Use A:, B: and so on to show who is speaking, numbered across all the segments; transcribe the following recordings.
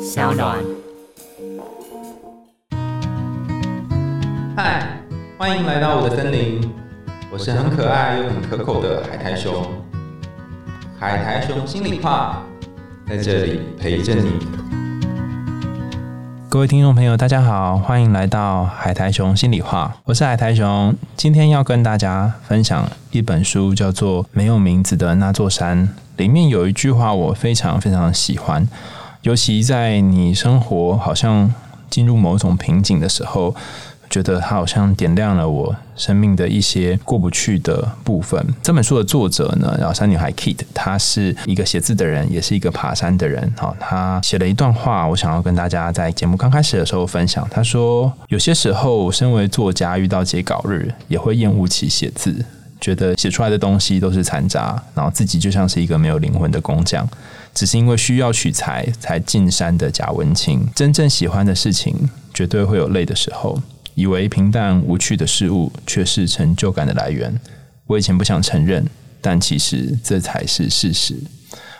A: 小暖，
B: 嗨，欢迎来到我的森林，我是很可爱又很可口的海苔熊。海苔熊心里话，在这里陪着你。
C: 各位听众朋友，大家好，欢迎来到海苔熊心里话，我是海苔熊。今天要跟大家分享一本书，叫做《没有名字的那座山》，里面有一句话我非常非常喜欢，尤其在你生活好像进入某种瓶颈的时候，觉得它好像点亮了我生命的一些过不去的部分。这本书的作者呢，然后山女孩 Kit，她是一个写字的人，也是一个爬山的人。好，她写了一段话，我想要跟大家在节目刚开始的时候分享。她说，有些时候，身为作家遇到截稿日，也会厌恶起写字，觉得写出来的东西都是残渣，然后自己就像是一个没有灵魂的工匠。只是因为需要取材才进山的贾文清。真正喜欢的事情，绝对会有累的时候。以为平淡无趣的事物，却是成就感的来源。我以前不想承认，但其实这才是事实。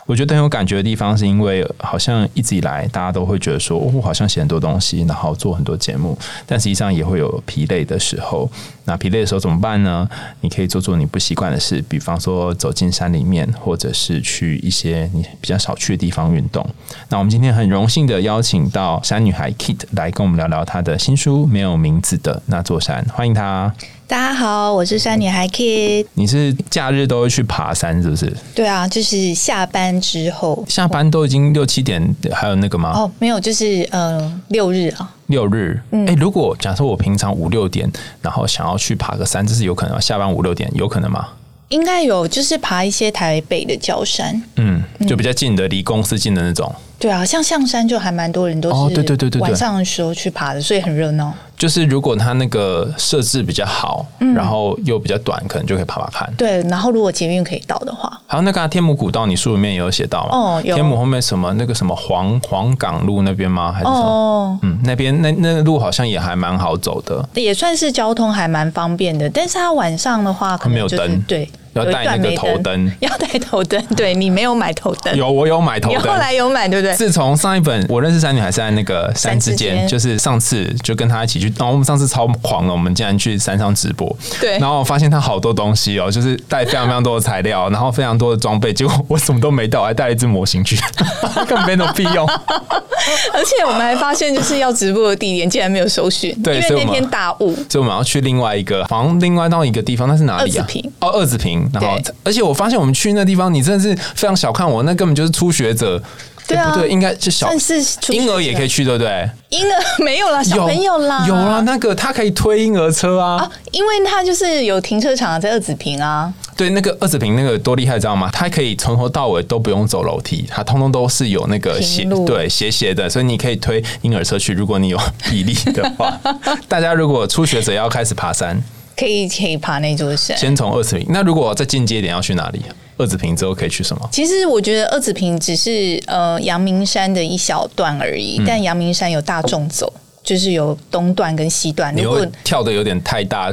C: 我觉得很有感觉的地方，是因为好像一直以来大家都会觉得说，哦我好像写很多东西，然后做很多节目，但实际上也会有疲累的时候。那疲累的时候怎么办呢？你可以做做你不习惯的事，比方说走进山里面，或者是去一些你比较少去的地方运动。那我们今天很荣幸的邀请到山女孩 Kit 来跟我们聊聊她的新书《没有名字的那座山》，欢迎她。
A: 大家好，我是山女孩 Kid。
C: 你是假日都会去爬山是不是？
A: 对啊，就是下班之后
C: 下班都已经六七点，还有那个吗？
A: 哦，没有，就是呃六日啊，
C: 六日，哎、如果假设我平常五六点，然后想要去爬个山，这是有可能吗？下班五六点有可能吗？
A: 应该有就是爬一些台北的郊山。
C: 嗯，就比较近的，离公司近的那种。
A: 对啊，像象山就还蛮多人都是
C: 哦对对对对对
A: 晚上的时候去爬的，所以很热闹。
C: 就是如果它那个设置比较好，
A: 嗯
C: 然后又比较短，可能就可以爬爬看。
A: 对，然后如果捷运可以到的话，
C: 还有那个啊、天母古道，你书里面也有写到吗？
A: 哦有
C: 天母后面什么那个什么黄黄港路那边吗？还是什么？
A: 哦，
C: 嗯，那边那那路好像也还蛮好走的，
A: 也算是交通还蛮方便的。但是它晚上的话，可
C: 没
A: 能
C: 有
A: 就是
C: 灯
A: 对，
C: 要
A: 有一
C: 戴
A: 段
C: 那个
A: 没
C: 头灯，
A: 要戴头灯。对你没有买头 灯，
C: 有我有买头
A: 你后
C: 灯。
A: 来有买对不对？
C: 自从上一本我认识山女孩是在那个山之
A: 山之
C: 间，
A: 间
C: 就是上次就跟她一起去，然后我们上次超狂了，我们竟然去山上直播，
A: 对
C: 然后我发现她好多东西哦，就是带非常非常多的材料，然后非常多的装备，结果我什么都没带，我还带了一只模型去， 根本没有屁 用。
A: 而且我们还发现，就是要直播的地点竟然没有搜寻，
C: 对
A: 因
C: 所以
A: 为
C: 我
A: 那
C: 们
A: 天大雾，
C: 所以我们要去另外一个，好像另外到一个地方，那是哪里啊？
A: 二子坪
C: 哦，二子坪。然后
A: 对，
C: 而且我发现我们去那地方，你真的是非常小看我，那根本就是初学者。
A: 对啊
C: 不对，应该是小
A: 算是初学者
C: 婴儿也可以去，对不对？
A: 婴儿没有啦，小朋友啦，
C: 有啊，那个他可以推婴儿车啊。
A: 啊，因为他就是有停车场在二子坪啊，
C: 对，那个二子坪那个多厉害，知道吗？它可以从头到尾都不用走楼梯，它通通都是有那个斜
A: 平路
C: 对斜斜的，所以你可以推婴儿车去，如果你有体力的 话。大家如果初学者要开始爬山，
A: 可以可以爬那座山。
C: 先从二子坪。那如果再进阶一点，要去哪里？二子坪之后可以去什么？
A: 其实我觉得二子坪只是呃阳明山的一小段而已，
C: 嗯
A: 但阳明山有大众走。就是有东段跟西段，
C: 你
A: 如果
C: 会跳的有点太大，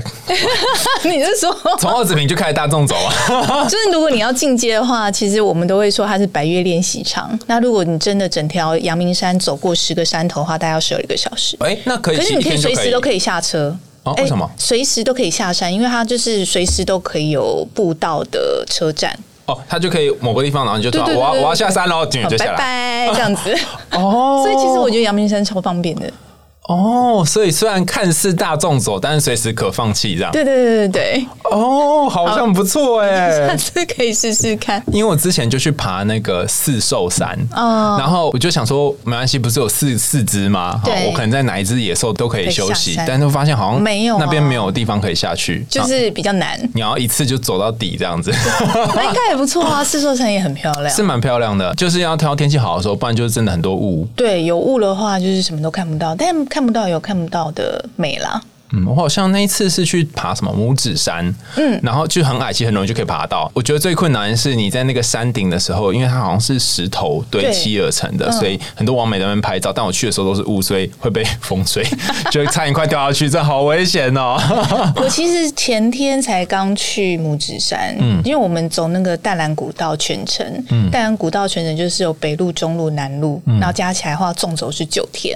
A: 你是说，
C: 从二子坪就开始大众走啊。
A: 就是如果你要进阶的话，其实我们都会说它是百越练习场。那如果你真的整条阳明山走过十个山头的话，大概要十二个小时。
C: 哎、那可以，
A: 可是
C: 一
A: 你可以
C: 天就
A: 随时都
C: 以。
A: 可以下车。
C: 哦
A: 哎
C: 为什么
A: 随时都可以下山，因为它就是随时都可以有步道的车站，
C: 哦，他就可以某个地方，然后你就说
A: 对对对
C: 啊我要
A: 对对
C: 我要下山喽，进去
A: 好
C: 就下
A: 拜
C: 来。
A: 拜这样子。
C: 哦
A: 所以其实我觉得阳明山超方便的。
C: 哦，所以虽然看似大众走，但是随时可放弃这样。
A: 对对对对
C: 哦，好像不错哎、
A: 对，下次可以试试看。
C: 因为我之前就去爬那个四兽山，
A: 哦
C: 然后我就想说，没关系，不是有四四只吗？
A: 对
C: 好我可能在哪一只野兽都可以休
A: 可以
C: 息
A: 下，山
C: 但是发现好像
A: 没有啊
C: 那边没有地方可以下去，
A: 就
C: 啊
A: 是比较难，
C: 你要一次就走到底这样子，
A: 那应该也不错啊。四座山也很漂亮
C: 是，蛮漂亮的。就是要挑天气好的时候，不然就是真的很多雾。
A: 对，有雾的话就是什么都看不到，但看不到有看不到的美啦。
C: 嗯，我好像那一次是去爬什么拇指山，嗯，然后就很矮，其实很容易就可以爬到。我觉得最困难的是你在那个山顶的时候，因为它好像是石头堆砌而成
A: 嗯
C: 的，所以很多网美在那边拍照。但我去的时候都是雾，所以会被风 吹，就差点快掉下去，这好危险哦。
A: 我其实前天才刚去拇指山，嗯，因为我们走那个淡蓝古道全程，嗯，淡蓝古道全程就是有北路、中路、南路，然后加起来的话，纵走是九天，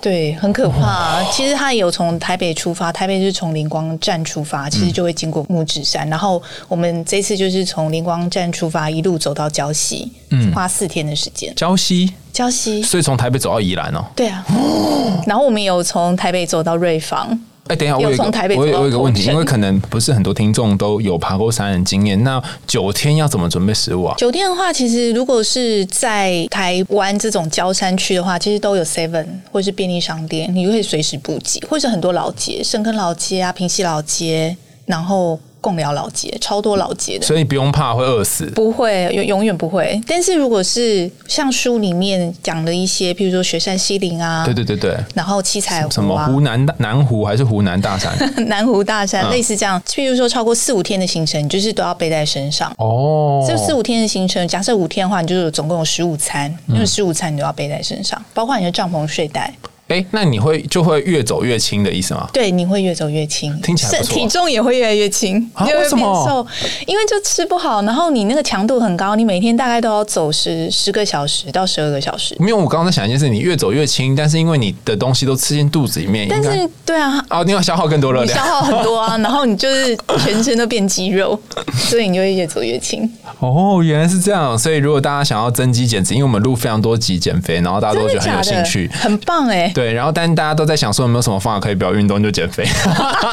A: 对，很可怕、其实它也有从台北出发，台北是从灵光站出发，其实就会经过拇指山，然后我们这次就是从灵光站出发，一路走到礁溪，嗯，花四天的时间，
C: 礁溪，
A: 礁溪。
C: 所以从台北走到宜兰哦。
A: 对啊，然后我们有从台北走到瑞芳，
C: 哎、等一下，我
A: 有
C: 有一个
A: 从台北
C: 我有
A: 走
C: 我
A: 到
C: 有一个问题，
A: 头城
C: 因为可能不是很多听众都有爬过山的经验，那九天要怎么准备食物啊？
A: 酒店的话，其实如果是在台湾这种郊山区的话，其实都有 Seven 或是便利商店，你就可以随时补给，或是很多老街，深坑老街啊、平西老街，然后贡寮老街，超多老街的。
C: 所以不用怕会饿死。
A: 不会，永永远不会。但是如果是像书里面讲的一些，譬如说雪山西林啊，
C: 对对对对，
A: 然后七彩
C: 什
A: 湖
C: 么
A: 啊、
C: 湖南大南湖还是湖南大山？
A: 南湖大山，
C: 嗯
A: 类似这样，譬如说超过四五天的行程，你就是都要背在身上。
C: 哦，
A: 这四五天的行程，假设五天的话，你就有总共有十五餐，因为
C: 嗯
A: 十五餐你都要背在身上，包括你的帐篷、睡袋。
C: 哎、那你会就会越走越轻的意思吗？
A: 对，你会越走越轻，
C: 听起来不
A: 身
C: 错
A: 体重也会越来越轻，
C: 啊
A: 你就会
C: 为什
A: 变
C: 么
A: 瘦，因为就吃不好，然后你那个强度很高，你每天大概都要走十十个小时到十二个小时。
C: 因为我刚刚在想一件事，你越走越轻，但是因为你的东西都吃进肚子里面，应
A: 但
C: 该
A: 是，对啊，
C: 哦，你要消耗更多热
A: 你消
C: 量。
A: 耗很多啊，然后你就是全身都变肌肉，所以你就会越走越 轻。
C: 哦，原来是这样。所以如果大家想要增肌减脂，因为我们录非常多集减肥，然后大家都
A: 真
C: 觉得
A: 的
C: 很
A: 假
C: 有兴
A: 的？
C: 趣。
A: 很棒哎、
C: 对，然后但大家都在想说有没有什么方法可以不要运动就减肥，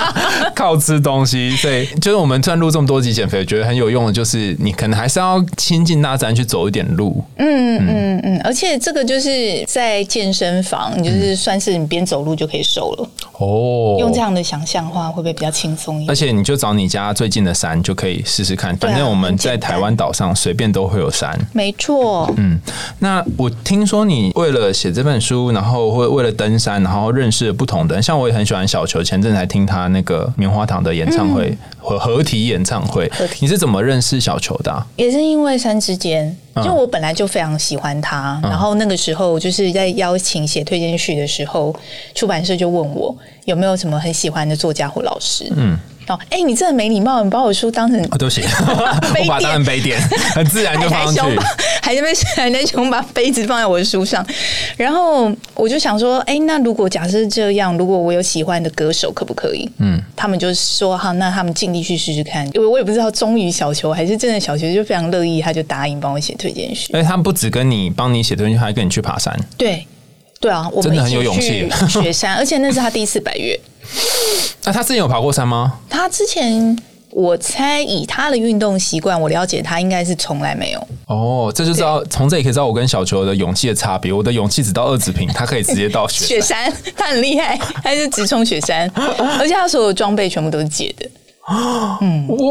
C: 靠吃东西。所以就是我们虽然录这么多集减肥，我觉得很有用的就是你可能还是要亲近大自然去走一点路。
A: 嗯嗯嗯，而且这个就是在健身房，你就是算是你边走路就可以瘦了。
C: 哦
A: 用这样的想象的话，会不会比较轻松一
C: 而
A: 点？
C: 且你就找你家最近的山就可以试试看，
A: 啊
C: 反正我们
A: 很简
C: 在
A: 单
C: 台湾岛上随便都会有山。
A: 没错，
C: 嗯，那我听说你为了写这本书，然后会为了登山，然后认识了不同的人。像我也很喜欢小球，前阵子还听他那个棉花糖的演唱会和、合嗯体演唱会
A: 合体。
C: 你是怎么认识小球的 啊、
A: 也是因为山之间，
C: 嗯
A: 就我本来就非常喜欢他，然后那个时候就是在邀请写推荐序的时候，出版社就问我有没有什么很喜欢的作家或老师。嗯，哦，哎、你这很没礼貌，你把我书当成
C: 哦，对不起，
A: 杯
C: 我把它当成杯垫， 很自然就
A: 海苔
C: 放上
A: 熊
C: 去
A: 把。 海苔海苔熊把杯子放在我的书上，然后我就想说，哎、那如果假设这样，如果我有喜欢的歌手，可不可以？嗯，他们就说好，那他们尽力去试试看。我我也不知道，终于小球还是真的小球就非常乐意，他就答应帮我写推荐序。
C: 而哎且他不只跟你帮你写东西，还跟你去爬山。
A: 对。对啊，我
C: 真
A: 们
C: 的很
A: 一起
C: 有勇气
A: 去雪山，而且那是他第一次百越。
C: 那、啊他之前有爬过山吗？
A: 他之前，我猜以他的运动习惯，我了解他应该是从来没有。
C: 哦，这就知道从这里可以知道我跟小球的勇气的差别。我的勇气只到二子坪，他可以直接到雪
A: 雪
C: 山。
A: 山，他很厉害，他是直冲雪 山，而且他所有装备全部都是借的，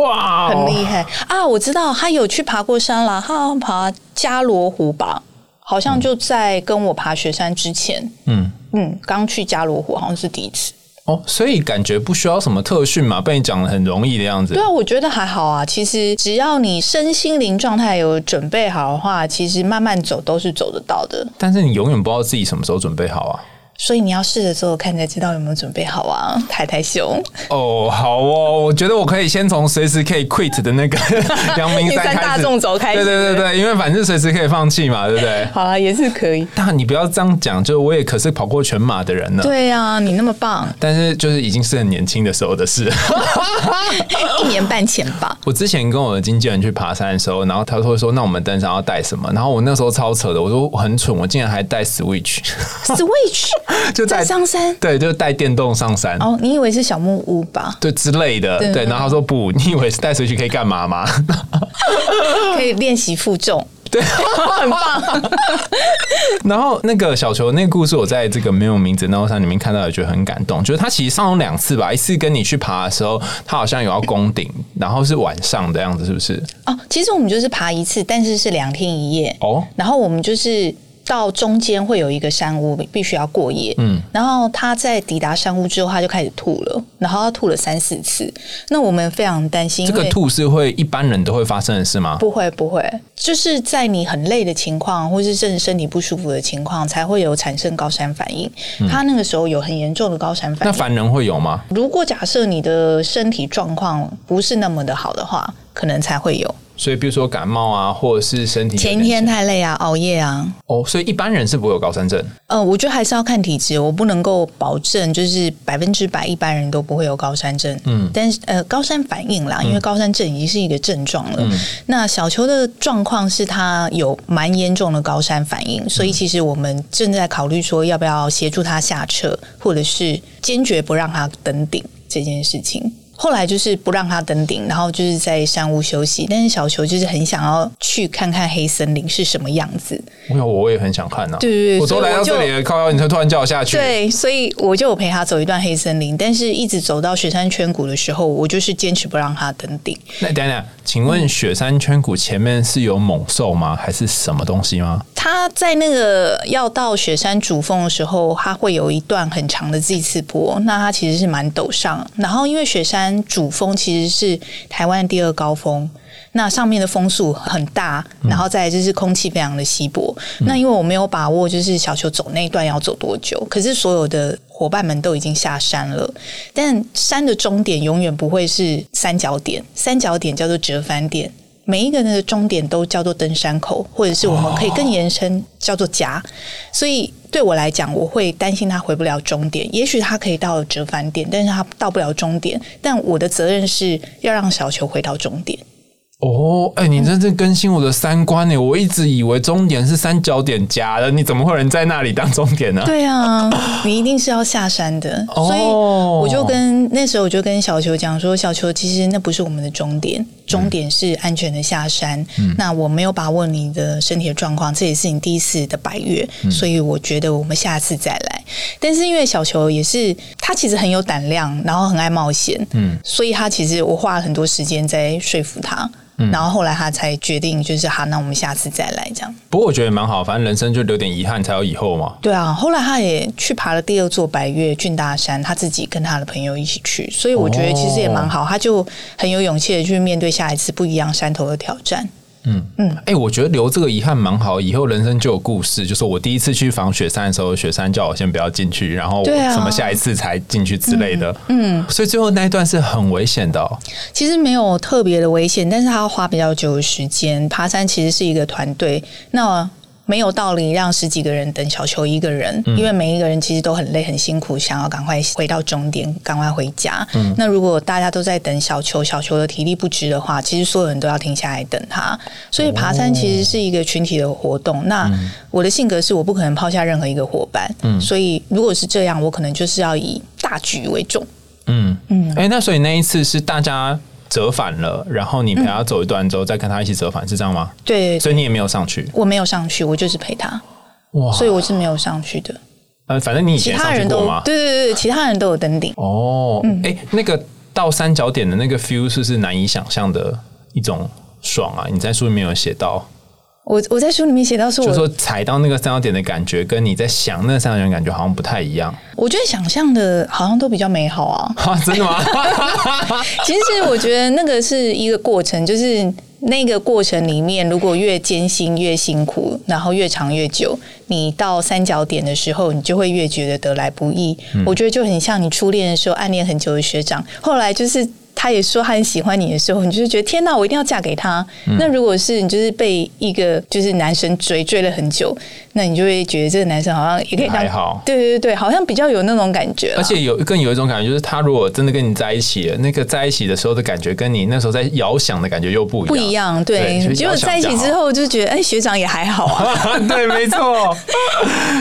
C: 哇
A: 很厉害、啊！我知道他有去爬过山啦，他好像爬加罗湖吧，好像就在跟我爬雪山之前，
C: 嗯
A: 嗯嗯，刚去加罗湖好像是第一次。
C: 哦！所以感觉不需要什么特训嘛，被你讲的很容易的样子
A: 对。啊，我觉得还好啊。其实只要你身心灵状态有准备好的话，其实慢慢走都是走得到的。
C: 但是你永远不知道自己什么时候准备好啊！
A: 所以你要试着做看，才知道有没有准备好啊，太太熊。
C: 哦，好哦，我觉得我可以先从随时可以 quit 的 那个阳明
A: 你
C: 山开
A: 在
C: 始，
A: 大众走开
C: 对
A: 始
C: 对对对，因为反正随时可以放弃嘛，对不对？
A: 好啊，也是可以。
C: 但你不要这样讲，就是我也可是跑过全马的人呢。
A: 对啊，你那么棒。
C: 但是就是已经是很年轻的时候的事。
A: 一年半前吧。
C: 我之前跟我的经纪人去爬山的时候，然后他会说：“那我们登山要带什么？”然后我那时候超扯的，我说我很蠢，我竟然还带 Switch，
A: Switch
C: 就带
A: 在上山
C: 对，就带电动上山。
A: 哦，你以为是小木屋吧？
C: 对之类的，
A: 对
C: 对，然后他说不，你以为是带 Switch 可以干嘛吗？
A: 可以练习负重，
C: 嗯对，
A: 很棒。
C: 然后那个小球那个故事，我在这个没有名字的那座山里面看到，也觉得很感动。就是他其实上了两次吧，一次跟你去爬的时候，他好像有要攻顶，然后是晚上的样子，是不是？
A: 哦，其实我们就是爬一次，但是是两天一夜。
C: 哦
A: 然后我们就是到中间会有一个山屋，必须要过夜。嗯，然后他在抵达山屋之后，他就开始吐了，然后他吐了三四次。那我们非常担心，
C: 这个
A: 因为
C: 吐是会一般人都会发生的事吗？
A: 不会不会，就是在你很累的情况，或是甚至身体不舒服的情况，才会有产生高山反应。
C: 嗯
A: 他那个时候有很严重的高山反
C: 那
A: 应。
C: 凡人会有吗？
A: 如果假设你的身体状况不是那么的好的话，可能才会有。
C: 所以比如说感冒啊，或者是身体有
A: 前一
C: 点
A: 天太累啊，熬夜啊，
C: 哦，所以一般人是不会有高山症。
A: 呃，我觉得还是要看体质，我不能够保证就是百分之百一般人都不会有高山症。嗯，但是呃，高山反应啦，因为高山症已经是一个症状了。那小球的状况是他有蛮严重的高山反应，所以其实我们正在考虑说要不要协助他下车，或者是坚决不让他登顶这件事情。后来就是不让他登顶，然后就是在山屋休息。但是小球就是很想要去看看黑森林是什么样子，
C: 我有，我也很想看呐、啊。
A: 对对对
C: 我都
A: 所以
C: 来
A: 我
C: 到
A: 就
C: 这里了，靠腰，你突然叫我下去。
A: 对，所以我就有陪他走一段黑森林，但是一直走到雪山圈谷的时候，我就是坚持不让他登顶。
C: 那等一下，请问雪山圈谷前面是有猛兽吗？还是什么东西吗？
A: 他在那个要到雪山主峰的时候，他会有一段很长的 Z 次坡，那它其实是蛮陡上。然后因为雪山主峰其实是台湾第二高峰。那上面的风速很大，然后再来就是空气非常的稀薄。那因为我没有把握，就是小球走那一段要走多久，可是所有的伙伴们都已经下山了。但山的终点永远不会是三角点，三角点叫做折返点。每一个人的终点都叫做登山口，或者是我们可以更延伸叫做夹。所以对我来讲，我会担心他回不了终点。也许他可以到折返点，但是他到不了终点。但我的责任是要让小球回到终点。
C: 哦，哎、你真是更新我的三观呢！我一直以为终点是三角点夹的，你怎么会有人在那里当终点呢、
A: 对啊，你一定是要下山的，
C: 哦
A: 所以我就跟那时候我就跟小球讲说，小球其实那不是我们的终点，终点是安全的下山。那我没有把握你的身体的状况，这也是你第一次的百越，所以我觉得我们下次再来。但是因为小球也是他其实很有胆量，然后很爱冒险，嗯，所以他其实我花了很多时间在说服他。然后后来他才决定，就是好，那我们下次再来这样。
C: 不过我觉得蛮好，反正人生就留点遗憾才有以后嘛。
A: 对啊，后来他也去爬了第二座白岳俊大山，他自己跟他的朋友一起去，所以我觉得其实也蛮好，他就很有勇气的去面对下一次不一样山头的挑战。
C: 哎、我觉得留这个遗憾蛮好，以后人生就有故事。就是我第一次去防雪山的时候，雪山叫我先不要进去，然后我
A: 对啊
C: 什么下一次才进去之类的。嗯，所以最后那一段是很危险的、哦。
A: 其实没有特别的危险，但是他要花比较久的时间。爬山其实是一个团队，那没有道理让十几个人等小球一个人，因为每一个人其实都很累很辛苦，想要赶快回到终点，赶快回家。那如果大家都在等小球，小球的体力不支的话，其实所有人都要停下来等他。所以爬山其实是一个群体的活动。那我的性格是我不可能抛下任何一个伙伴，所以如果是这样，我可能就是要以大局为重。
C: 嗯嗯，哎、那所以那一次是大家折返了，然后
A: 嗯
C: 你陪他走一段之后，再跟他一起折返，是这样吗？
A: 对，
C: 所以你也没有上去，
A: 我没有上去，我就是陪他。
C: 哇
A: 所以我是没有上去的。
C: 呃，反正你以
A: 其
C: 前
A: 他
C: 上去
A: 人
C: 过
A: 都
C: 吗？
A: 对嗯对对，对其他人都有登顶。
C: 哦，哎、那个到三角点的那个 feel 是不是难以想象的一种爽啊？你在书里面有写到，
A: 我我在书里面写到说
C: 就是
A: 我
C: 说踩到那个三角点的感觉，跟你在想那个三角点的感觉好像不太一样
A: 我觉得想象的好像都比较美好啊。
C: 啊？真 的吗？
A: 其实我觉得那个是一个过程，就是那个过程里面，如果越艰辛、越辛苦，然后越长越久，你到三角点的时候，你就会越觉得得来不易。
C: 嗯
A: 我觉得就很像你初恋的时候暗恋很久的学长，后来就是。他也说他很喜欢你的时候，你就是觉得天哪，我一定要嫁给他。
C: 嗯
A: 那如果是你就是被一个就是男生追追了很久，那你就会觉得这个男生好像也可以当
C: 还好
A: 对对对，好像比较有那种感觉啦。
C: 而且有更有一种感觉，就是他如果真的跟你在一起了，那个在一起的时候的感觉，跟你那时候在遥想的感觉又不一样。
A: 不一样，对。
C: 对
A: 结果在一起之，后就觉得，哎，学长也还好啊。
C: 所以想象 对，没错。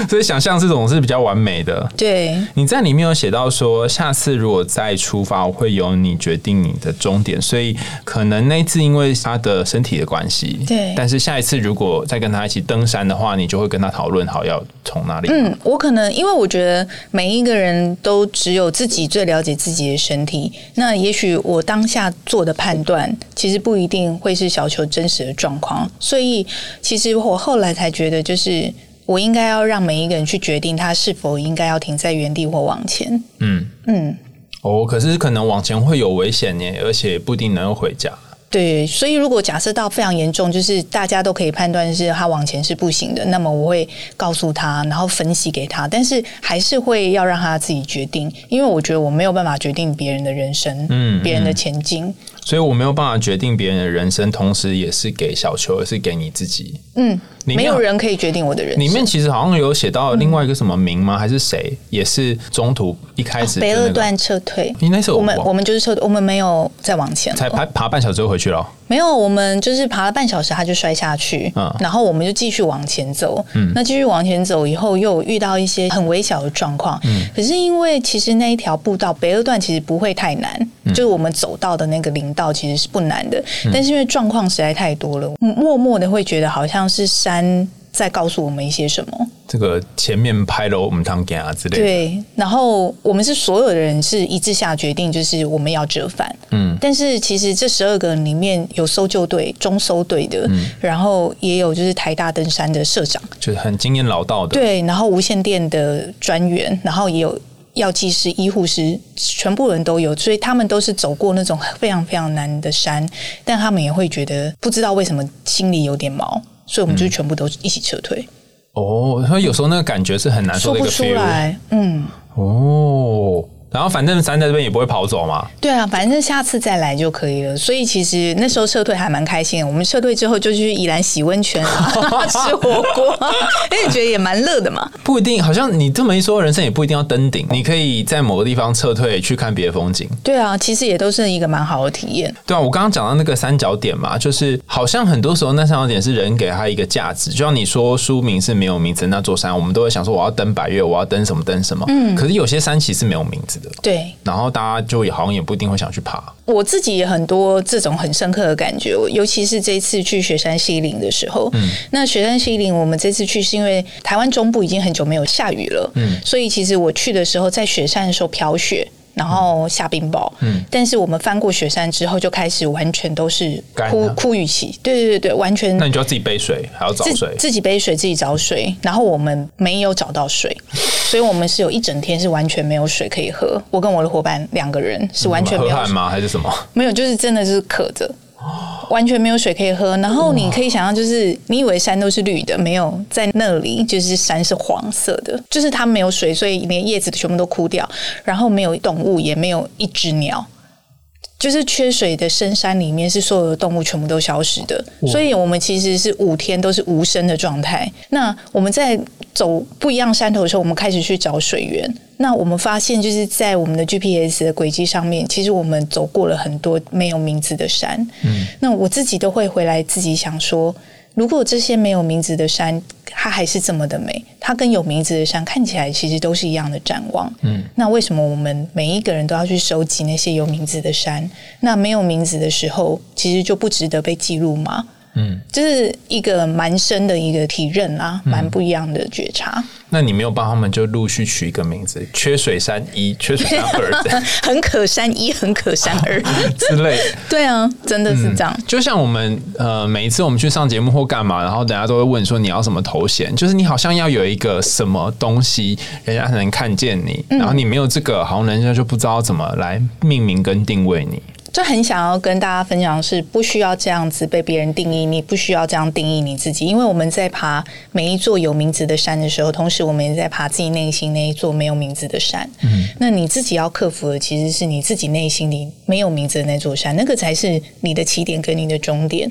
C: 所以想象这种是比较完美的。
A: 对，
C: 你在里面有写到说，下次如果再出发，我会由你决定你的终点，所以可能那一次因为他的身体的关系，
A: 对
C: 但是下一次如果再跟他一起登山的话，你就会跟他讨论好要从哪里。
A: 嗯，我可能因为我觉得每一个人都只有自己最了解自己的身体，那也许我当下做的判断，其实不一定会是小球真实的状况，所以其实我后来才觉得就是。我应该要让每一个人去决定他是否应该要停在原地或往前。
C: 嗯
A: 嗯，
C: 哦，可是可能往前会有危险耶，而且不一定能回家。
A: 对，所以如果假设到非常严重，就是大家都可以判断是他往前是不行的，那么我会告诉他，然后分析给他，但是还是会要让他自己决定，因为我觉得我没有办法决定别人的人生，
C: 嗯
A: 嗯，别人的前进，
C: 所以我没有办法决定别人的人生，同时也是给小球，也是给你自己。
A: 嗯，
C: 里面
A: 没有人可以决定我的人
C: 里面
A: 生。
C: 其实好像有写到另外一个什么名吗？还是谁？也是中途一开始、
A: 啊北
C: 那
A: 二
C: 个
A: 段撤退，
C: 你那时候
A: 我们
C: 我
A: 我们就是撤，我们没有再往前了，
C: 才爬爬半小时就回去了。
A: 没有，我们就是爬了半小时，他就摔下去，
C: 嗯
A: 然后我们就继续往前走。那继续往前走以后，又有遇到一些很微小的状况。可是因为其实那一条步道北二段其实不会太难，就是我们走到的那个林道其实是不难的，但是因为状况实在太多了，默默的会觉得好像是山。在告诉我们一些什么？
C: 这个前面拍了我们堂给啊之类的，
A: 对，然后我们是所有的人是一致下决定，就是我们要折返。
C: 嗯，
A: 但是其实这十二个人里面有搜救队、中搜队的，
C: 嗯
A: 然后也有就是台大登山的社长，
C: 就是很经验老道的。，
A: 对，然后无线电的专员，然后也有药剂师、医护师，全部人都有，所以他们都是走过那种非常非常难的山，但他们也会觉得不知道为什么心里有点毛，所以我们就
C: 嗯
A: 全部都一起撤退，
C: 哦，所以有时候那个感觉是很难
A: 说
C: 的一
A: 不
C: 个
A: 出
C: feel。
A: 来，嗯。
C: 哦，然后反正山在这边也不会跑走嘛。
A: 对啊，反正下次再来就可以了。所以其实那时候撤退还蛮开心的。我们撤退之后就去宜兰洗温泉啊， 吃火锅， 因为觉得也蛮乐的嘛。
C: 不一定，好像你这么一说，人生也不一定要登顶，你可以在某个地方撤退去看别的风景。
A: 对啊，其实也都是一个蛮好的体验。
C: 对啊，我刚刚讲到那个三角点嘛，就是好像很多时候那三角点是人给它一个价值，就像你说书名是没有名字的那座山，我们都会想说我要登百越，我要登什么登什么，嗯，可是有些山其实没有名字的，
A: 对
C: 然后大家就也好像也不一定会想去爬。
A: 我自己也很多这种很深刻的感觉，我尤其是这一次去雪山西岭的时候。
C: 嗯
A: 那雪山西岭我们这次去是因为台湾中部已经很久没有下雨了，
C: 嗯
A: 所以其实我去的时候在雪山的时候飘雪。然后下冰雹，
C: 嗯
A: 但是我们翻过雪山之后，就开始完全都是
C: 干
A: 枯
C: 了
A: 枯雨期，对对对对，完全
C: 那你就要自己背水，还要找
A: 自
C: 水，
A: 自己背水，自己找水，然后我们没有找 到水，所以我们是有一整天是完全没有水可以喝。我跟我的伙伴两个人是完全没
C: 河
A: 有
C: 汉吗？还是什么？
A: 没有，就是真的就是渴着，完全没有水可以喝。然后你可以想象，就是你以为山都是绿的，没有在那里就是山是黄色的，就是它没有水，所以连叶子全部都枯掉，然后没有动物，也没有一只鸟。就是缺水的深山里面，是所有的动物全部都消失的，所以我们其实是五天都是无声的状态。那我们在走不一样山头的时候，我们开始去找水源。那我们发现，就是在我们的 GPS 的轨迹上面，其实我们走过了很多没有名字的山。嗯，那我自己都会回来自己想说，如果这些没有名字的山，它还是这么的美，它跟有名字的山看起来其实都是一样的展望。嗯，那为什么我们每一个人都要去收集那些有名字的山？那没有名字的时候，其实就不值得被记录吗？
C: 嗯，
A: 这是一个蛮深的一个体认啊，蛮不一样的觉察，
C: 那你没有帮他们就陆续取一个名字，缺水山一、缺水山二
A: 很可山一，很可山二，
C: 之类的。
A: 对啊，真的 是这样。
C: 就像我们呃，每一次我们去上节目或干嘛，然后人家都会问说你要什么头衔，就是你好像要有一个什么东西，人家才能看见你，
A: 嗯
C: 然后你没有这个，好像人家就不知道怎么来命名跟定位你。
A: 就很想要跟大家分享的是，不需要这样子被别人定义，你不需要这样定义你自己，因为我们在爬每一座有名字的山的时候，同时我们也在爬自己内心那一座没有名字的山。嗯，那你自己要克服的其实是你自己内心里没有名字的那座山，那个才是你的起点跟你的终点。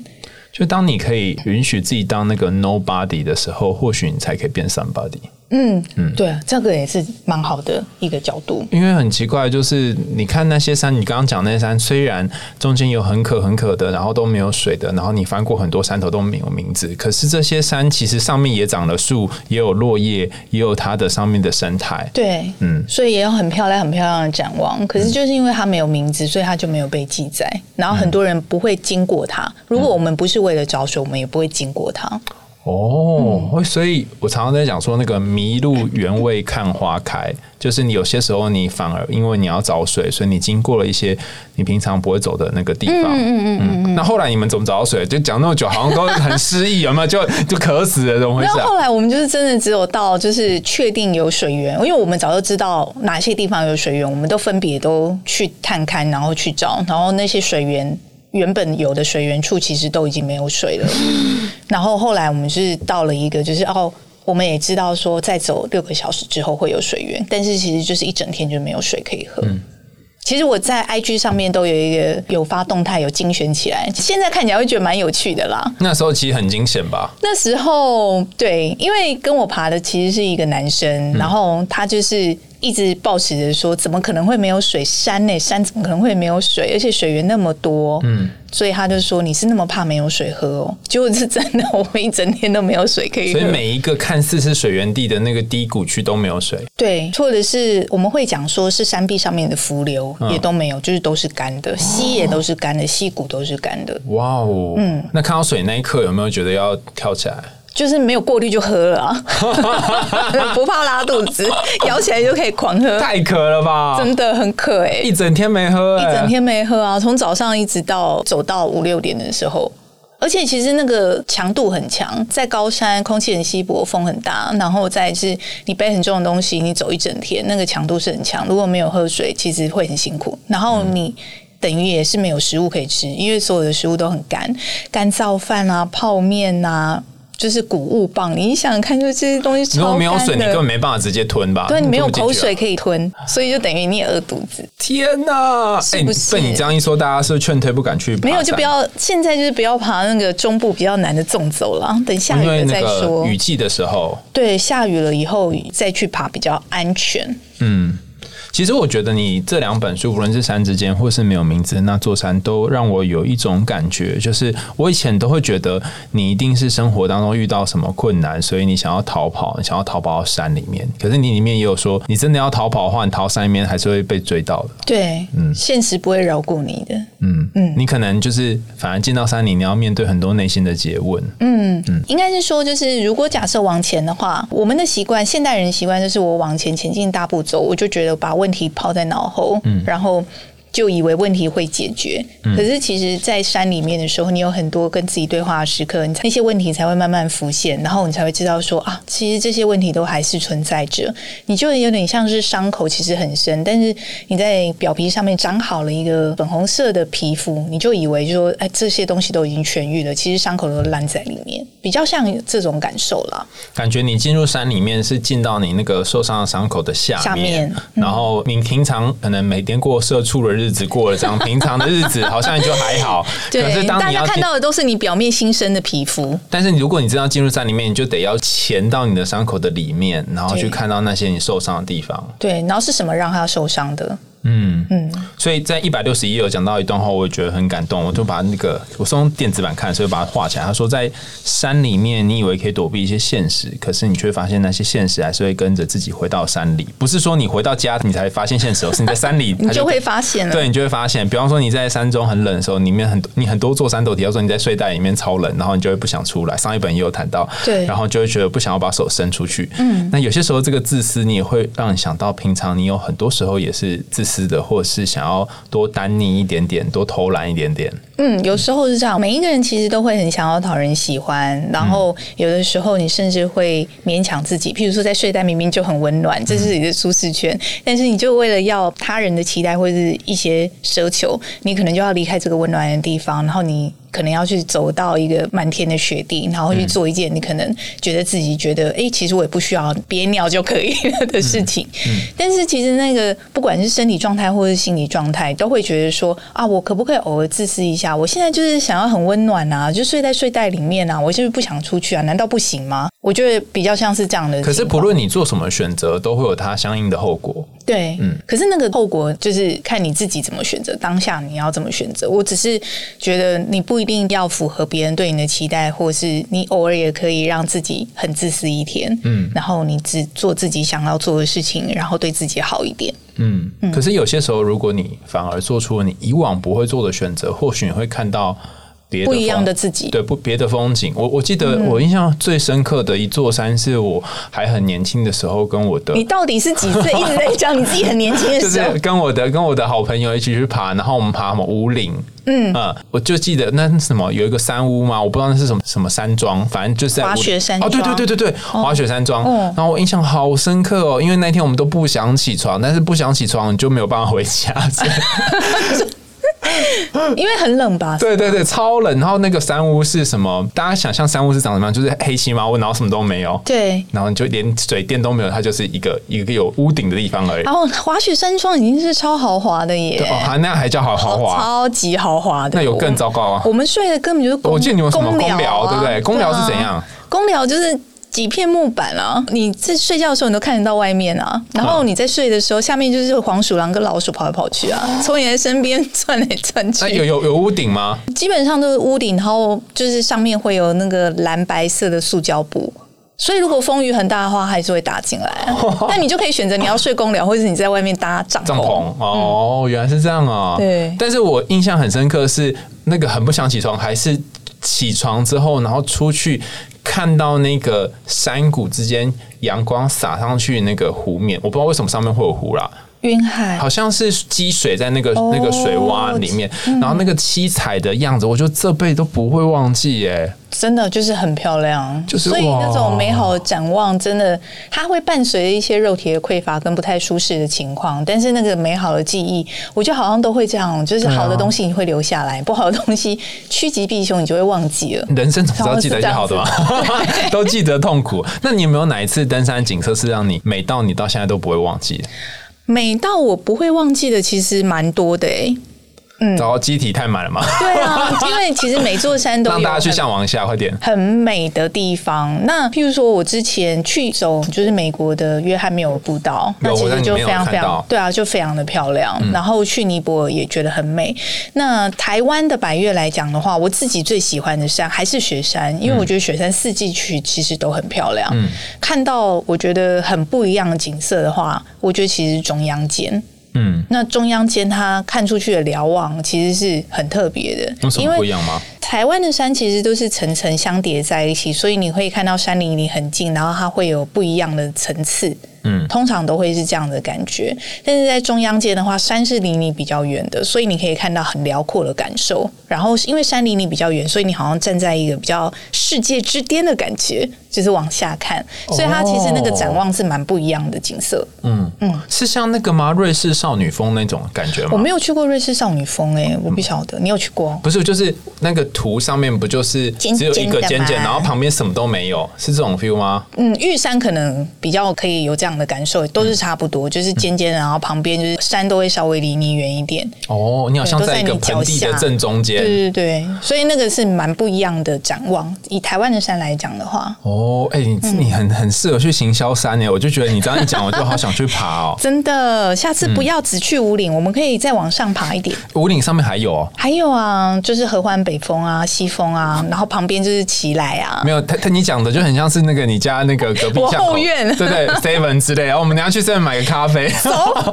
C: 就当你可以允许自己当那个 nobody 的时候，或许你才可以变 somebody。
A: 嗯嗯，对，这个也是蛮好的一个角度。
C: 因为很奇怪，就是你看那些山，你刚刚讲那些山，虽然中间有很渴很渴的，然后都没有水的，然后你翻过很多山头都没有名字，可是这些山其实上面也长了树，也有落叶，也有它的上面的生态。
A: 对，
C: 嗯
A: 嗯，所以也有很漂亮、很漂亮的展望。可是就是因为它没有名字，所以它就没有被记载。然后很多人不会经过它。如果我们不是为了找水，我们也不会经过它。
C: 哦，哦，所以我常常在讲说，那个麋鹿原位看花开，就是你有些时候你反而因为你要找水，所以你经过了一些你平常不会走的那个地方。嗯嗯嗯。那后来你们怎么找到水？就讲那么久，好像都很失意，有没有？就就渴死了，怎么回
A: 然
C: 事
A: 后
C: 啊？
A: 后来我们就是真的只有到就是确定有水源，因为我们早就知道哪些地方有水源，我们都分别都去探勘，然后去找，然后那些水源原本有的水源处其实都已经没有水了。然后后来我们是到了一个就是哦。我们也知道说，再走六个小时之后会有水源，但是其实就是一整天就没有水可以喝。其实我在 IG 上面都有一个有发动态，有精选起来，现在看起来会觉得蛮有趣的啦。
C: 那时候其实很惊险吧？
A: 那时候对，因为跟我爬的其实是一个男
C: 嗯
A: 生，然后他就是一直抱持着说，怎么可能会没有水？山呢、山怎么可能会没有水？而且水源那么多，嗯，所以他就说你是那么怕没有水喝哦。 结果是真的，我们一整天都没有水可以喝。
C: 所以每一个看似是水源地的那个低谷区都没有水。
A: 对，或者是我们会讲说是山壁上面的伏流、
C: 嗯
A: 也都没有，就是都是干的，溪也都是干的，溪谷都是干的，
C: 哇哦，嗯，那看到水那一刻有没有觉得要跳起来？
A: 就是没有过滤就喝了、啊， 不怕拉肚子，摇起来就可以狂喝。
C: 太渴了吧！
A: 真的很渴哎、
C: 一整天没喝、
A: 一
C: 欸，
A: 整天没喝啊，从早上一直到走到五六点的时候。而且其实那个强度很强，在高山空气很稀薄，风很大，然后再是你背很重的东西，你走一整天，那个强度是很强。如果没有喝水，其实会很辛苦。然后你等于也是没有食物可以吃，因为所有的食物都很干，干燥饭啊、泡面啊，就是谷物棒。你想想看，就这些东西
C: 哎如
A: 超
C: 果
A: 干
C: 没有水，你
A: 的
C: 根本没办法直接吞吧？
A: 对你没有
C: 吞不
A: 口
C: 进去啊
A: 水。可以吞，所以就等于你也饿肚子。
C: 天哪！哎、
A: 是不是
C: 被你这样一说，大家是不是劝退不敢去爬山？
A: 没有就不要，现在就是不要爬那个中部比较难的纵走了，等下雨
C: 因为
A: 了
C: 那
A: 再
C: 个
A: 说。
C: 雨季的时候，
A: 对，下雨了以后再去爬比较安全。
C: 嗯，其实我觉得你这两本书，无论是山之间，或是没有名字的那座山，都让我有一种感觉，就是我以前都会觉得你一定是生活当中遇到什么困难，所以你想要逃跑，你想要逃跑到山里面。可是你里面也有说，你真的要逃跑的话，你逃山里面还是会被追到的。
A: 对，现实不会饶过你的。
C: 嗯嗯，你可能就是反而进到山里，你要面对很多内心的诘问。
A: 嗯应该是说，就是如果假设往前的话，我们的习惯，现代人习惯就是我往前前进大步走，我就觉得把问题抛在脑后，嗯然后。就以为问题会解决，可是其实，在山里面的时候，你有很多跟自己对话的时刻，你才那些问题才会慢慢浮现，然后你才会知道说啊，其实这些问题都还是存在着。你就有点像是伤口其实很深，但是你在表皮上面长好了一个粉红色的皮肤，你就以为说哎这些东西都已经痊愈了，其实伤口都烂在里面，比较像这种感受啦。
C: 感觉你进入山里面是进到你那个受伤的伤口的下面，
A: 下面嗯
C: 然后你平常可能每天过社畜的日子过了这样 平常的日子，好像也就还好。可是
A: 对，
C: 当
A: 大
C: 你
A: 家
C: 要
A: 看
C: 进，
A: 到的都是你表面新生的皮肤，
C: 但是如果你真的要进入山里面，你就得要潜到你的伤口的里面，然后去
A: 对
C: 看到那些你受伤的地方。
A: 对，然后是什么让他受伤的？
C: 嗯嗯，所以在一百六十一有讲到一段话，我也觉得很感动，我就把那个我是用电子版看，所以把它画起来。他说，在山里面，你以为可以躲避一些现实，可是你却发现那些现实还是会跟着自己回到山里。不是说你回到家你才发现现实，而是你在山里
A: 你
C: 它
A: 就会发现了。
C: 对，你就会发现，比方说你在山中很冷的时候，里面很多你很多座山都提到说你在睡袋里面超冷，然后你就会不想出来。上一本也有谈到，
A: 对
C: 然后就会觉得不想要把手伸出去。嗯，那有些时候这个自私，你也会让你想到，平常你有很多时候也是自私的，或者是想要多单逆一点点，多偷懒一点点。
A: 嗯，有时候是这样，每一个人其实都会很想要讨人喜欢，然后有的时候你甚至会勉强自己，譬如说在睡袋明明就很温暖，这是你的舒适圈，但是你就为了要他人的期待或是一些奢求，你可能就要离开这个温暖的地方，然后你可能要去走到一个满天的雪地，然
C: 嗯
A: 后去做一件你可能觉得自己觉得，哎、其实我也不需要憋尿就可以了的事情。
C: 嗯
A: 但是其实那个不管是身体状态或是心理状态，都会觉得说啊，我可不可以偶尔自私一下？我现在就是想要很温暖啊，就睡在睡袋里面啊，我就是不想出去啊，难道不行吗？我觉得比较像是这样的情况。
C: 可是不论你做什么选择，都会有它相应的后果。
A: 对，可是那个后果就是看你自己怎么选择，当下你要怎么选择。我只是觉得你不一定要符合别人对你的期待，或是你偶尔也可以让自己很自私一天，嗯，然后你只做自己想要做的事情，然后对自己好一点。
C: 嗯，可是有些时候，如果你反而做出了你以往不会做的选择，或许你会看到别
A: 不一样
C: 风
A: 的自己。嗯
C: 对不别的风景。我我记得我印象最深刻的一座山，是我还很年轻的时候，跟我的
A: 你到底是几岁？一直在讲你自己很 年轻的
C: 就
A: 时
C: 是
A: 候，
C: 跟我的跟我的好朋友一起去爬，然后我们爬什么五岭，嗯我就记得那是什么有一个山屋嘛，我不知道那是什么什么山庄，反正就是在
A: 滑雪山
C: 哦，对对
A: 庄
C: 对对对，滑雪山庄。
A: 哦
C: 然后我印象好深刻哦，因为那天我们都不想起床，但是不想起床你就没有办法回家，所以
A: 因为很冷吧？
C: 对对对，超冷。然后那个山屋是什么？大家想象山屋是长什么样？就是黑漆麻屋，然后什么都没有。
A: 对。
C: 然后你就连水电都没有，它就是一个一个有屋顶的地方而已。
A: 然后滑雪山庄已经是超豪华的耶
C: 对，哦，还那还叫好豪华？
A: 哦超级豪华的。
C: 那有更糟糕啊！
A: 我们睡的根本就是公，
C: 我记得你们什么
A: 公
C: 寮，对
A: 啊
C: 不对？公寮是怎？
A: 啊
C: 样？
A: 公寮就是。几片木板啊！你在睡觉的时候，你都看得到外面啊。然后你在睡的时候，下面就是黄鼠狼跟老鼠跑来跑去啊，从你的身边窜来窜
C: 那有
A: 去。
C: 有有屋顶吗？
A: 基本上都是屋顶，然后就是上面会有那个蓝白色的塑胶布，所以如果风雨很大的话，还是会打进来啊。 那你就可以选择你要睡公寮，或者是你在外面搭帐
C: 帐
A: 篷。
C: 篷哦，原来是这样啊。
A: 啊对
C: 但是我印象很深刻是那个很不想起床，还是起床之后，然后出去看到那个山谷之间阳光洒上去那个湖面，我不知道为什么上面会有湖啦，
A: 云海
C: 好像是积水在那个
A: 哦
C: 那个水洼里面，然后那个七彩的样子，我就这辈子都不会忘记耶。
A: 真的就是很漂亮，
C: 就是
A: 所以
C: 哇
A: 那种美好的展望，真的它会伴随着一些肉体的匮乏跟不太舒适的情况，但是那个美好的记忆，我觉得好像都会这样，就是好的东西你会留下来，不好的东西趋吉避凶，你就会忘记了。
C: 人生总是要记得一些好的 嘛，都记得痛苦。那你有没有哪一次登山景色是让你美到你到现在都不会忘记的？
A: 美到我不会忘记的，其实蛮多的欸诶、嗯
C: 然后机体太满了嘛，
A: 对啊，因为其实每座山都有
C: 让大家去
A: 很
C: 向往一下，快点。
A: 很美的地方。那譬如说，我之前去走就是美国的约翰缪尔步道，
C: 有
A: 那其
C: 我在
A: 实
C: 里
A: 就
C: 面
A: 非
C: 有
A: 常
C: 看
A: 非常
C: 到嗯
A: 对啊，就非常的漂亮。然后去尼泊尔也觉得很美。那台湾的百越来讲的话，我自己最喜欢的山还是雪山，因为
C: 嗯
A: 我觉得雪山四季去其实都很漂亮。看到我觉得很不一样的景色的话，我觉得其实是中央间。
C: 嗯，
A: 那中央间它看出去的瞭望其实是很特别的
C: 有，什
A: 因
C: 么
A: 为
C: 不一样吗？
A: 台湾的山其实都是层层相叠在一起，所以你会看到山离你很近，然后它会有不一样的层次。
C: 嗯
A: 通常都会是这样的感觉。但是在中央界的话，山是离你比较远的，所以你可以看到很辽阔的感受。然后因为山离你比较远，所以你好像站在一个比较世界之巅的感觉，就是往下看。所以它其实那个展望是蛮不一样的景色。
C: 哦嗯嗯，是像那个吗？瑞士少女风那种感觉
A: 我
C: 吗
A: 没？有去过瑞士少女峰、欸，我不晓得，你有去过？
C: 不是，就是那个图上面不就是
A: 尖
C: 只有一个
A: 尖的
C: 尖尖，
A: 吗
C: 然后旁边什么都没有，是这种 feel 吗？
A: 嗯，玉山可能比较可以有这样的感受，都是差不多，就是尖尖的，然后旁边就是山都会稍微离你远一点。
C: 哦，你好像
A: 对都
C: 在
A: 在
C: 一个
A: 你脚
C: 盆地的
A: 下
C: 正中间
A: 对，对对，所以那个是蛮不一样的展望。以台湾的山来讲的话，
C: 哦，哎、你
A: 嗯
C: 你很很适合去行销山耶！我就觉得你这样一讲，我就好想去爬 哦。
A: 真的，下次不要只去五岭，我们可以再往上爬一点。
C: 五岭上面还有哦，
A: 还有啊，就是合欢北峰啊、西峰啊，然后旁边就是奇来啊
C: 没。有？他他你讲的就很像是那个你家那个隔壁
A: 我
C: 巷口，
A: 后院
C: 对对，seven 之类。然哦后我们等一下去 seven 买个咖啡。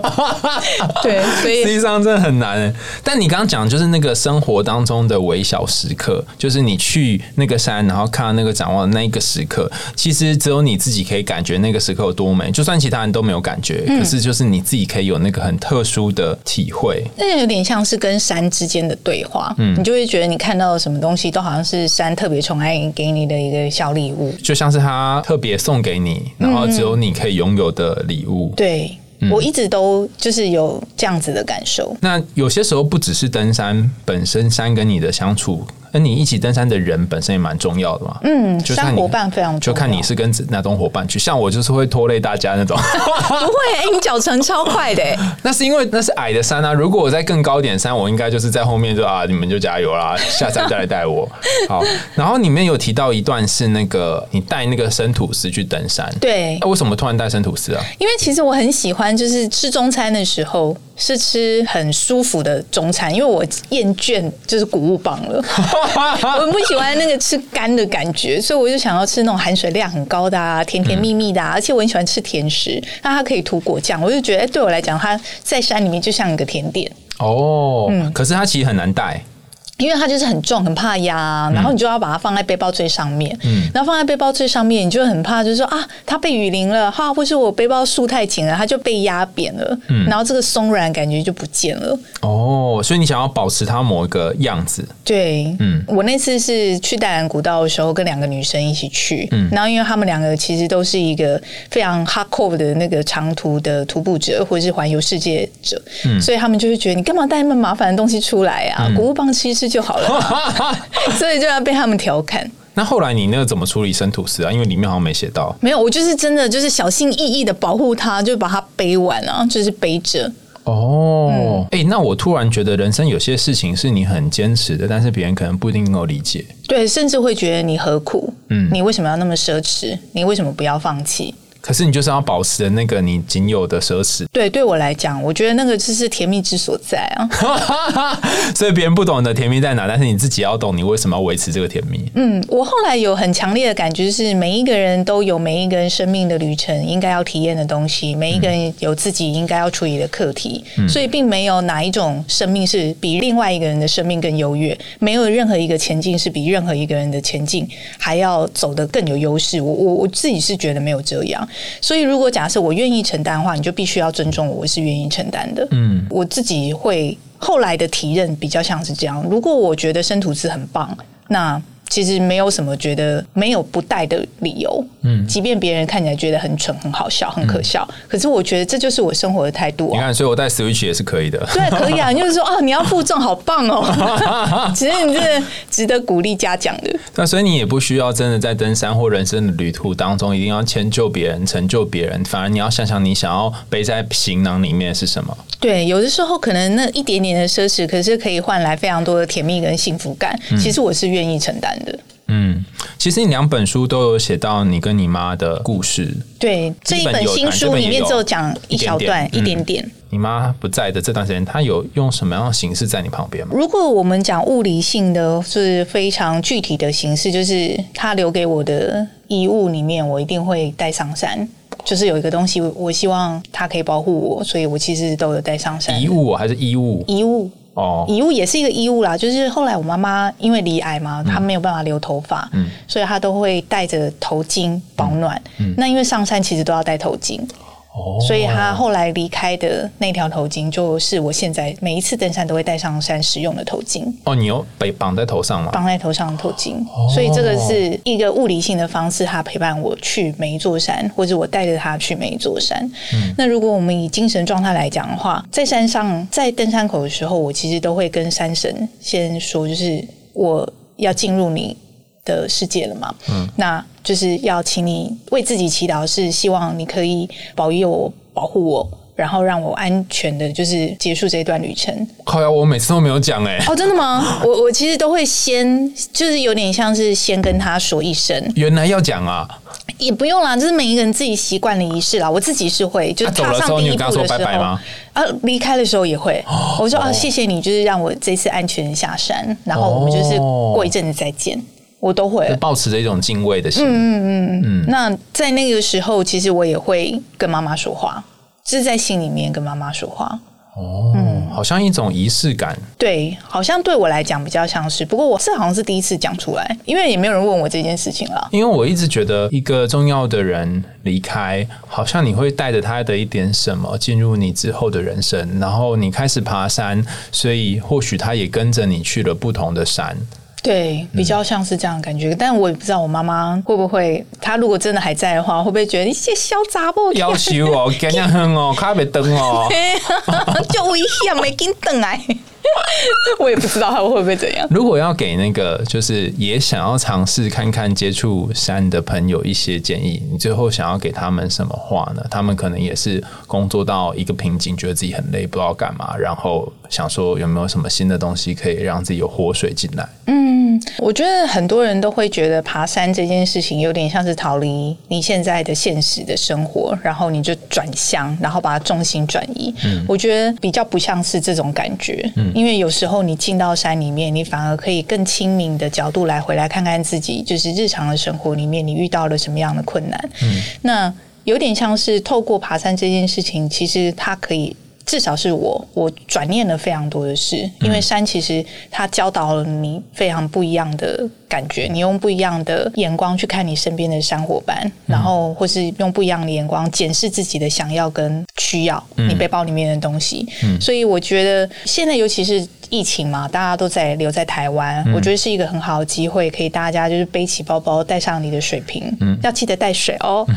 A: 对，所
C: 实
A: 以
C: 际上真的很难耶。欸但你刚刚讲就是那个生活当中的微小时刻，就是你去那个山，然后看到那个展望的那一个时刻，其实只有你自己可以感觉那个时刻有多美。就算其他人都没有感觉，
A: 嗯
C: 可是就是你自己可以有那个很特殊的体会。
A: 那有点像是跟山之间的对话，你就会觉得你看到什么东西都好像是山特别宠爱给你的一个小礼物。
C: 就像是他特别送给你，然
A: 嗯
C: 后只有你可以拥有的礼物。
A: 对、
C: 嗯
A: 我一直都就是有这样子的感受。
C: 那有些时候不只是登山本身，山跟你的相处，跟你一起登山的人本身也蛮重要的嘛。
A: 嗯，
C: 就看
A: 山
C: 你
A: 伙伴非常重
C: 就
A: 要
C: 看你是跟哪种伙伴去，像我就是会拖累大家那种。
A: 不会、哎，你脚程超快的、哎
C: 那是因为那是矮的山啊，如果我在更高一点的山，我应该就是在后面就啊，你们就加油啦， 下山再来带我。好，然后里面有提到一段是那个你带那个生吐司去登山，
A: 对
C: 那、，为什么突然带生吐司啊？
A: 因为其实我很喜欢，就是吃中餐的时候是吃很舒服的中餐，因为我厌倦就是谷物棒 了，我不喜欢那个吃干的感觉，所以我就想要吃那种含水量很高的啊，甜
C: 嗯
A: 甜蜜蜜的啊，而且我很喜欢吃甜食，那它可以涂果酱，我就觉得、哎对我来讲，它在山里面就像一个甜点。
C: 哦，可是它其实很难带。
A: 因为它就是很重，很怕压，然后你就要把它放在背包最上面，
C: 嗯
A: 然后放在背包最上面，你就很怕，就是说啊，它被雨淋了，哈、或是我背包束太紧了，它就被压扁了，
C: 嗯
A: 然后这个松软感觉就不见了。
C: 哦，所以你想要保持它某一个样子，
A: 对，
C: 嗯
A: 我那次是去淡蓝古道的时候，跟两个女生一起去，
C: 嗯
A: 然后因为她们两个其实都是一个非常 hardcore 的那个长途的徒步者或者是环游世界者，
C: 嗯
A: 所以他们就会觉得你干嘛带那么麻烦的东西出来啊？谷物棒吃一吃就 好了啊，所以就要被他们调侃。
C: 那后来你那个怎么处理生吐司啊？因为里面好像没写到。
A: 没有，我就是真的就是小心翼翼的保护它，就把它背完啊，就是背着。
C: 哦，哎、那我突然觉得人生有些事情是你很坚持的，但是别人可能不一定能够理解。
A: 对，甚至会觉得你何苦？
C: 嗯
A: 嗯，你为什么要那么奢侈？你为什么不要放弃？
C: 可是你就是要保持那个你仅有的奢侈，
A: 对，对我来讲，我觉得那个就是甜蜜之所在啊。
C: 所以别人不懂你的甜蜜在哪，但是你自己要懂你为什么要维持这个甜蜜。
A: 嗯，我后来有很强烈的感觉，是每一个人都有每一个人生命的旅程应该要体验的东西，每一个人有自己应该要处理的课题，所以并没有哪一种生命是比另外一个人的生命更优越，没有任何一个前进是比任何一个人的前进还要走得更有优势。我我我自己是觉得没有这样，所以如果假设我愿意承担的话，你就必须要尊重我，我是愿意承担的。
C: 嗯，
A: 我自己会后来的体认比较像是这样。如果我觉得生吐司很棒，那其实没有什么觉得没有不带的理由。嗯，即便别人看起来觉得很蠢、很好笑、很可笑，可是我觉得这就是我生活的态度
C: 你
A: 啊。
C: 看，所以我带 Switch 也是可以的。
A: 对，可以啊，你就是说哦，你要负重，好棒 哦！其实你是值得鼓励嘉奖的。
C: 那所以你也不需要真的在登山或人生的旅途当中一定要迁就别人、成就别人，反而你要想想你想要背在行囊里面是什么。
A: 对，有的时候可能那一点点的奢侈，可是可以换来非常多的甜蜜跟幸福感。其实我是愿意承担的。
C: 嗯，其实你两本书都有写到你跟你妈的故事。
A: 对，这一
C: 本
A: 本
C: 有
A: 新
C: 谈这
A: 书
C: 本
A: 里
C: 也
A: 面
C: 有
A: 只有讲
C: 一
A: 一
C: 点
A: 小
C: 点
A: 段一
C: 嗯
A: 点点。
C: 你妈不在的这段时间，她有用什么样的形式在你旁边吗？
A: 如果我们讲物理性的，是非常具体的形式，就是他留给我的遗物里面，我一定会带上山。就是有一个东西，我希望它可以保护我，所以我其实都有带上山。
C: 遗物哦还是衣物？
A: 遗物，
C: 哦，
A: 遗物也是一个衣物啦。就是后来我妈妈因为离癌嘛，她没有办法留头发，
C: 嗯
A: 所以她都会戴着头巾保暖。那因为上山其实都要戴头巾，
C: 哦
A: 所以她后来离开的那条头巾，就是我现在每一次登山都会带上山使用的头巾。
C: 哦，你有被绑在头上吗？
A: 绑在头上的头巾，所以这个是一个物理性的方式，它陪伴我去每一座山，或者我带着它去每一座山。那如果我们以精神状态来讲的话，在山上在登山口的时候，我其实都会跟山神先说，就是我要进入你的世界了嘛，嗯，那就是要请你为自己祈祷，是希望你可以保佑我、保护我。然后让我安全的，就是结束这段旅程。
C: 靠呀，我每次都没有讲哎、
A: 哦，真的吗？我我其实都会先，就是有点像是先跟他说一声，
C: 原来要讲啊！
A: 也不用啦，就是每一个人自己习惯的仪式啦。我自己是会，就是
C: 他走
A: 踏
C: 了之
A: 上
C: 后，你
A: 第
C: 有
A: 一步
C: 跟
A: 的
C: 他
A: 时
C: 说
A: 候，
C: 拜拜吗？哦
A: 啊，离开的时候也会，我说啊，谢谢你，就是让我这次安全下山，然后我们就是
C: 哦
A: 过一阵子再见，我都会
C: 就。保持着一种敬畏的心。
A: 嗯
C: 嗯
A: 那在那个时候，其实我也会跟妈妈说话，就是在心里面跟妈妈说话。嗯
C: 哦，好像一种仪式感。
A: 对，好像对我来讲比较像是，不过我这好像是第一次讲出来，因为也没有人问我这件事情啦。
C: 因为我一直觉得，一个重要的人离开，好像你会带着他的一点什么进入你之后的人生，然后你开始爬山，所以或许他也跟着你去了不同的山。
A: 对，比较像是这样的感觉，但我也不知道我妈妈会不会，她如果真的还在的话，会不会觉得你这小杂货
C: 要求哦，干样哼哦，咖啡灯哦。
A: 就危险，没跟等来， 我也不知道她会不会怎样。
C: 如果要给那个就是也想要尝试看看接触山的朋友一些建议，你最后想要给他们什么话呢？他们可能也是工作到一个瓶颈，觉得自己很累，不知道干嘛，然后想说有没有什么新的东西可以让自己有活水进来？
A: 我觉得很多人都会觉得爬山这件事情有点像是逃离你现在的现实的生活，然后你就转向，然后把重心转移。我觉得比较不像是这种感觉，因为有时候你进到山里面，你反而可以更亲民的角度来回来看看自己，就是日常的生活里面你遇到了什么样的困难。那有点像是透过爬山这件事情，其实它可以至少是我，我转念了非常多的事，因为山其实它教导了你非常不一样的感觉，你用不一样的眼光去看你身边的山伙伴，然后或是用不一样的眼光检视自己的想要跟需要，你背包里面的东西。所以我觉得现在尤其是。疫情嘛，大家都在留在台湾，我觉得是一个很好的机会，可以大家就是背起包包，带上你的水瓶，要记得带水哦。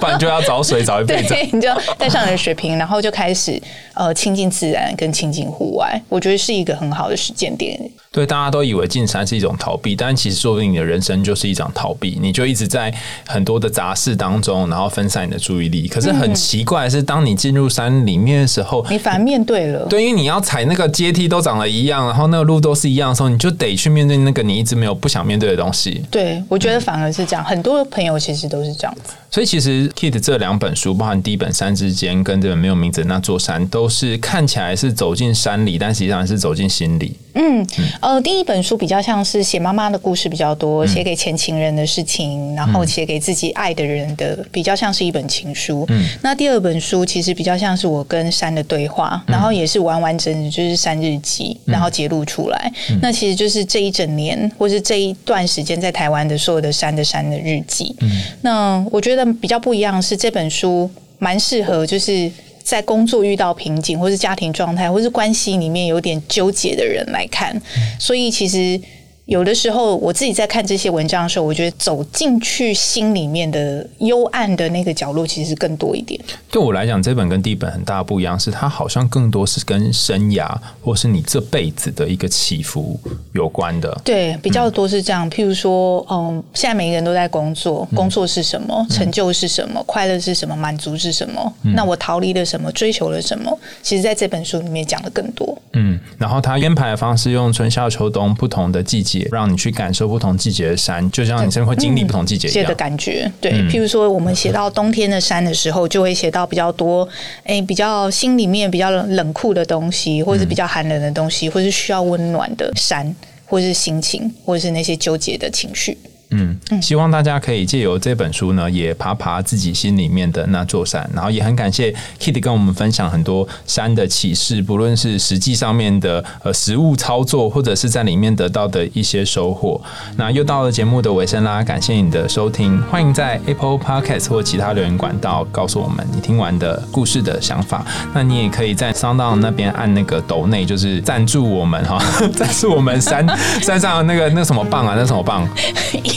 C: 不然就要找水 找一辈子。
A: 对，你就带上你的水瓶，然后就开始呃亲近自然跟亲近户外，我觉得是一个很好的时间点。
C: 对，大家都以为进山是一种逃避，但其实说不定你的人生就是一场逃避，你就一直在很多的杂事当中，然后分散你的注意力。可是很奇怪的是，当你进入山里面的时候，
A: 你反而面对了，
C: 对，因为你要踩那个阶梯都长得一样，然后那个路都是一样的时候，你就得去面对那个你一直没有不想面对的东西。
A: 对我觉得反而是这样，很多朋友其实都是这样子。
C: 所以其实 Kid 这两本书，包含第一本《山之间》跟这本没有名字的那座山，都是看起来是走进山里，但实际上是走进心里。
A: 嗯，嗯呃，第一本书比较像是写妈妈的故事比较多，写给前情人的事情，然后写给自己爱的人的，比较像是一本情书。嗯，那第二本书其实比较像是我跟山的对话，然后也是完完整整就是山日记，然后揭露出来。那其实就是这一整年或是这一段时间在台湾的所有的山的山的日记。嗯，那我觉得比较不一样是这本书蛮适合就是。在工作遇到瓶颈，或是家庭状态，或是关系里面有点纠结的人来看，所以其实有的时候我自己在看这些文章的时候，我觉得走进去心里面的幽暗的那个角落，其实更多一点。
C: 对我来讲，这本跟第一本很大不一样，是它好像更多是跟生涯或是你这辈子的一个起伏有关的。
A: 对，比较多是这样。譬如说，嗯，现在每个人都在工作，工作是什么，成就是什么，快乐是什么，满足是什么，那我逃离了什么，追求了什么，其实在这本书里面讲的更多。
C: 嗯，然后它编排的方式用春夏秋冬不同的季节，让你去感受不同季节的山，就像你生活经历不同季节一
A: 写
C: 样
A: 的。感觉。对，譬如说我们写到冬天的山的时候，就会写到比较多，哎、比较心里面比较冷酷的东西，或者是比较寒冷的东西，或是需要温暖的山，或是心情，或是那些纠结的情绪。
C: 嗯，希望大家可以借由这本书呢，也爬爬自己心里面的那座山。然后也很感谢 Kitty 跟我们分享很多山的启示，不论是实际上面的呃实物操作，或者是在里面得到的一些收获。那又到了节目的尾声啦，感谢你的收听，欢迎在 Apple Podcast 或其他留言管道告诉我们你听完的故事的想法。那你也可以在 Sound On 那边按那个抖内，就是赞助我们哈， 赞助我们山山上的那个那什么棒啊，那什么棒。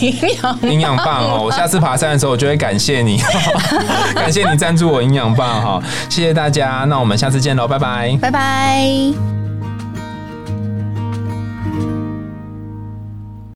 A: 营养
C: 营养棒哦，我下次爬山的时候，我就会感谢你， 哦感谢你赞助我营养棒哈、谢谢大家，那我们下次见喽，拜拜。
A: 拜拜。